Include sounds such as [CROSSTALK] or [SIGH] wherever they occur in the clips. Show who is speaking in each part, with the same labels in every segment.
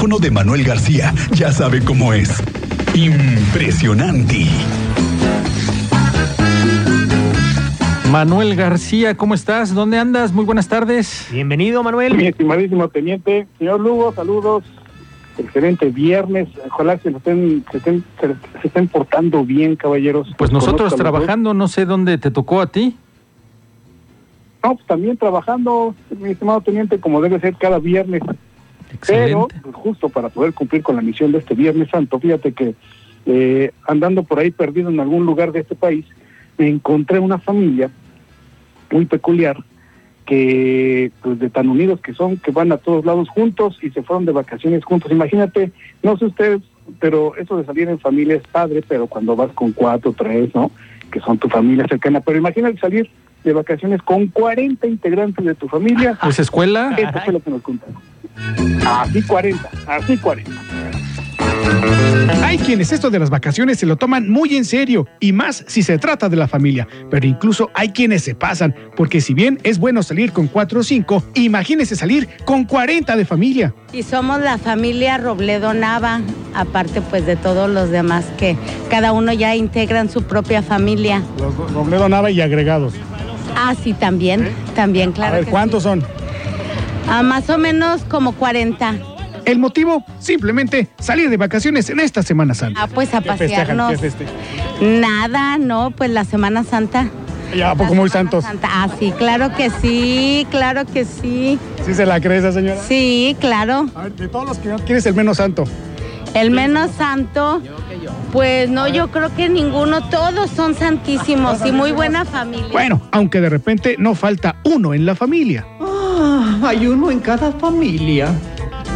Speaker 1: tono de Manuel García, ya sabe cómo es. Impresionante.
Speaker 2: Manuel García, ¿cómo estás? ¿Dónde andas? Muy buenas tardes.
Speaker 3: Bienvenido,
Speaker 4: [LAUGHS] Mi
Speaker 3: Manuel.
Speaker 4: estimadísimo teniente, señor Lugo, saludos. Excelente viernes. Ojalá se, lo estén, se, estén, se- se estén portando bien, caballeros.
Speaker 2: Pues nosotros
Speaker 4: Conozco a los
Speaker 2: trabajando, no sé dónde te tocó a ti.
Speaker 4: dos. No, pues también trabajando, mi estimado teniente, como debe ser cada viernes. Pero,
Speaker 2: Excelente.
Speaker 4: pues, justo para poder cumplir con la misión de este Viernes Santo, fíjate que eh, andando por ahí perdido en algún lugar de este país, me encontré una familia muy peculiar que, pues, de tan unidos que son, que van a todos lados juntos y se fueron de vacaciones juntos. Imagínate, no sé ustedes, pero eso de salir en familia es padre, pero cuando vas con cuatro, tres, ¿no? Que son tu familia cercana. Pero imagínate salir de vacaciones con 40 integrantes de tu familia.
Speaker 2: Pues escuela.
Speaker 4: Eso fue lo que nos contaron. Así 40, así 40.
Speaker 5: Hay quienes esto de las vacaciones se lo toman muy en serio, y más si se trata de la familia, pero incluso hay quienes se pasan, porque si bien es bueno salir con 4 o 5, imagínense salir con 40 de familia.
Speaker 6: Y somos la familia Robledo Nava, aparte pues de todos los demás que cada uno ya integran su propia familia.
Speaker 5: Los Robledo Nava y agregados.
Speaker 6: Ah, sí, también, también, claro. que sí.
Speaker 5: son?
Speaker 6: Ah, más o menos como 40.
Speaker 5: El motivo, simplemente salir de vacaciones en esta Semana Santa.
Speaker 6: Ah, pues a pasearnos.
Speaker 5: este?
Speaker 6: Nada, no, pues la Semana Santa.
Speaker 5: Ya,
Speaker 6: La Semana Santa. Ah, sí, claro que sí, claro que sí.
Speaker 5: ¿Sí se la cree esa señora?
Speaker 6: Sí, claro.
Speaker 5: A ver, de todos los que ¿quién es el menos santo?
Speaker 6: El menos santo, pues no, yo creo que ninguno, todos son santísimos y muy buena familia.
Speaker 5: Bueno, aunque de repente no falta uno en la familia.
Speaker 7: Ah, [LAUGHS] hay uno en cada familia.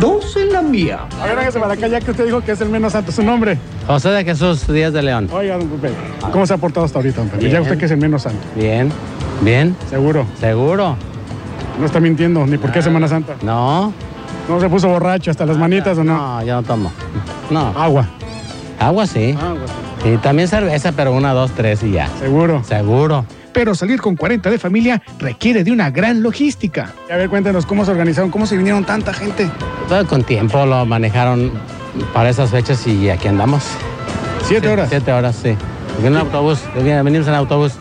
Speaker 7: Dos en la mía.
Speaker 5: A ver, hágase para acá, ya que usted dijo que es el menos santo, su nombre.
Speaker 8: José de Jesús Díaz de León.
Speaker 5: Oiga, don Pepe, ¿cómo se ha portado hasta ahorita, don Pepe? Ya
Speaker 8: Bien.
Speaker 5: usted que es el menos santo,
Speaker 8: Bien, bien,
Speaker 5: seguro.
Speaker 8: seguro.
Speaker 5: No está mintiendo, ni por qué Semana Santa.
Speaker 8: No,
Speaker 5: No se puso borracho hasta las manitas o no.
Speaker 8: no, yo no tomo. No,
Speaker 5: Agua.
Speaker 8: agua sí. Y también cerveza, pero una, dos, tres y ya.
Speaker 5: Seguro.
Speaker 8: Seguro.
Speaker 5: Pero salir con 40 de familia requiere de una gran logística. A ver, cuéntenos cómo se organizaron, cómo se vinieron tanta gente.
Speaker 8: Todo con tiempo lo manejaron para esas fechas y aquí andamos.
Speaker 5: Siete
Speaker 8: Sí,
Speaker 5: horas.
Speaker 8: Siete horas, sí. Porque en autobús, venimos en autobús.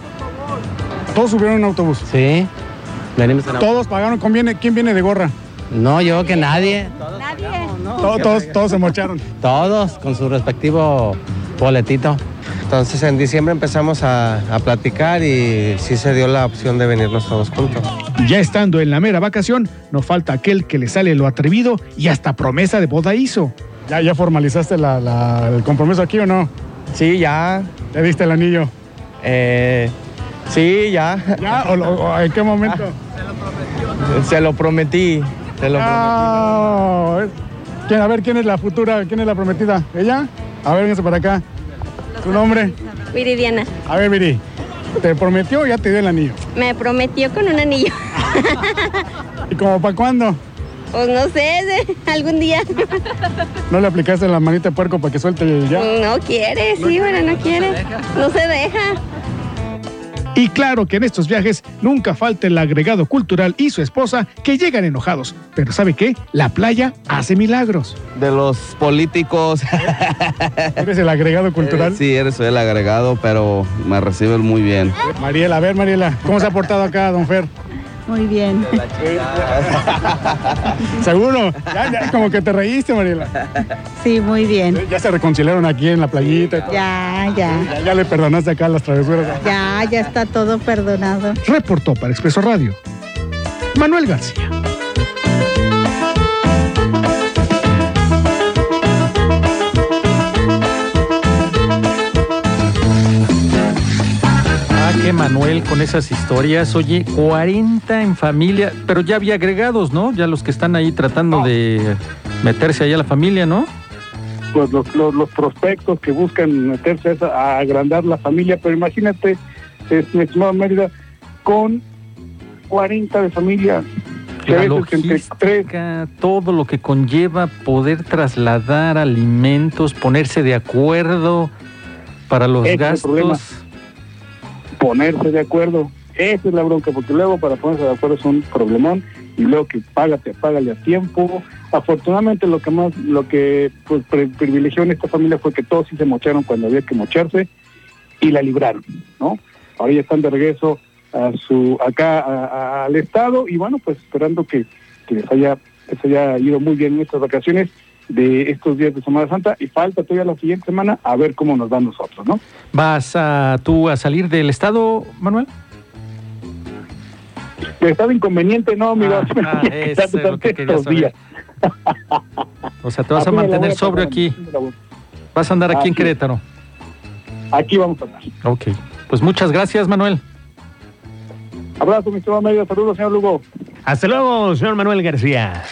Speaker 5: Todos subieron en autobús.
Speaker 8: Sí, venimos en autobús.
Speaker 5: Todos pagaron. ¿Quién viene, quién viene de gorra?
Speaker 8: No, yo que nadie.
Speaker 6: Nadie.
Speaker 5: Todos, todos, todos se mocharon.
Speaker 8: Todos con su respectivo boletito.
Speaker 9: Entonces en diciembre empezamos a, a platicar y sí se dio la opción de venirnos todos juntos.
Speaker 5: Ya estando en la mera vacación, no falta aquel que le sale lo atrevido y hasta promesa de boda hizo. ¿Ya, ya formalizaste el compromiso aquí o no?
Speaker 9: Sí, ya.
Speaker 5: ¿Ya diste el anillo?
Speaker 9: eh, sí, ya. Ah.
Speaker 5: ¿Ya? ¿O, lo- o en qué momento?
Speaker 9: Se lo prometí. Se lo
Speaker 5: No, es- ¿quién- a ver, ¿quién es la futura? ¿Quién es la prometida? ¿Ella? A ver, véngase para acá. ¿Tu nombre?
Speaker 10: Viridiana,
Speaker 5: A ver, Viri. ¿Te prometió o ya te dio el anillo?
Speaker 10: me prometió con un anillo. [LAUGHS]
Speaker 5: ¿Y como para cuándo?
Speaker 10: Pues no sé, de- algún día.
Speaker 5: ¿No le aplicaste la manita de puerco para que suelte el ya?
Speaker 10: No quiere, sí, bueno, no quiere. No se deja.
Speaker 5: Y claro que en estos viajes nunca falta el agregado cultural y su esposa que llegan enojados. Pero ¿sabe qué? La playa hace milagros.
Speaker 9: De los [LAUGHS] políticos.
Speaker 5: ¿Eres el agregado
Speaker 8: Eh,
Speaker 5: cultural?
Speaker 9: sí, eres el agregado, pero me reciben muy bien.
Speaker 5: Mariela, a ver, Mariela, ¿cómo se ha portado acá, don Fer?
Speaker 6: Muy bien.
Speaker 5: ¿Seguro? Ya, ya, como que te reíste, Mariela.
Speaker 6: Sí, muy bien.
Speaker 5: Ya se reconciliaron aquí en la playita. y todo.
Speaker 6: Ya, ya.
Speaker 5: Ya, ya le perdonaste acá las travesuras.
Speaker 6: Ya, ya está todo perdonado.
Speaker 5: Reportó para Expreso Radio. Manuel García.
Speaker 2: Ah, que Manuel con esas historias. Oye, 40 en familia, pero ya había agregados, ¿no? Ya los que están ahí tratando de meterse ahí a la familia, ¿no?
Speaker 4: Los, Pues los, los, los prospectos que buscan meterse a, esa- a agrandar la familia, pero imagínate, es, mi estimado Mérida, con 40 de familia. Que a
Speaker 2: La
Speaker 4: veces entre tres,
Speaker 2: logística, todo lo que conlleva poder trasladar alimentos, ponerse de acuerdo para los
Speaker 4: Ese es el problema.
Speaker 2: gastos.
Speaker 4: ponerse de acuerdo. Esa es la bronca, porque luego para ponerse de acuerdo es un problemón y luego que págate, págale a tiempo. Afortunadamente lo que más, lo que pues, pri- privilegió en esta familia fue que todos sí se mocharon cuando había que mocharse y la libraron, ¿no? Ahora ya están de regreso a su, acá a- a- al estado y bueno, pues esperando que, que les haya, les haya ido muy bien en estas vacaciones de estos días de Semana Santa y falta todavía la siguiente semana a ver cómo nos dan nosotros, ¿no?
Speaker 2: ¿Vas a, tú a salir del estado, Manuel?
Speaker 4: Que estaba inconveniente, no, amigo,
Speaker 2: Ah, ah, eso es lo que quería
Speaker 4: estos
Speaker 2: saber.
Speaker 4: días.
Speaker 2: O sea, te vas a
Speaker 4: Apenas la voy
Speaker 2: mantener
Speaker 4: pasar,
Speaker 2: sobrio aquí.
Speaker 4: apenas la voy-
Speaker 2: Vas a andar aquí
Speaker 4: Así
Speaker 2: en
Speaker 4: es.
Speaker 2: Querétaro.
Speaker 4: Aquí vamos a hablar.
Speaker 2: Ok. Pues muchas gracias, Manuel.
Speaker 4: Abrazo, mi estimado medio. Saludos, señor Lugo.
Speaker 3: Hasta luego, señor Manuel García.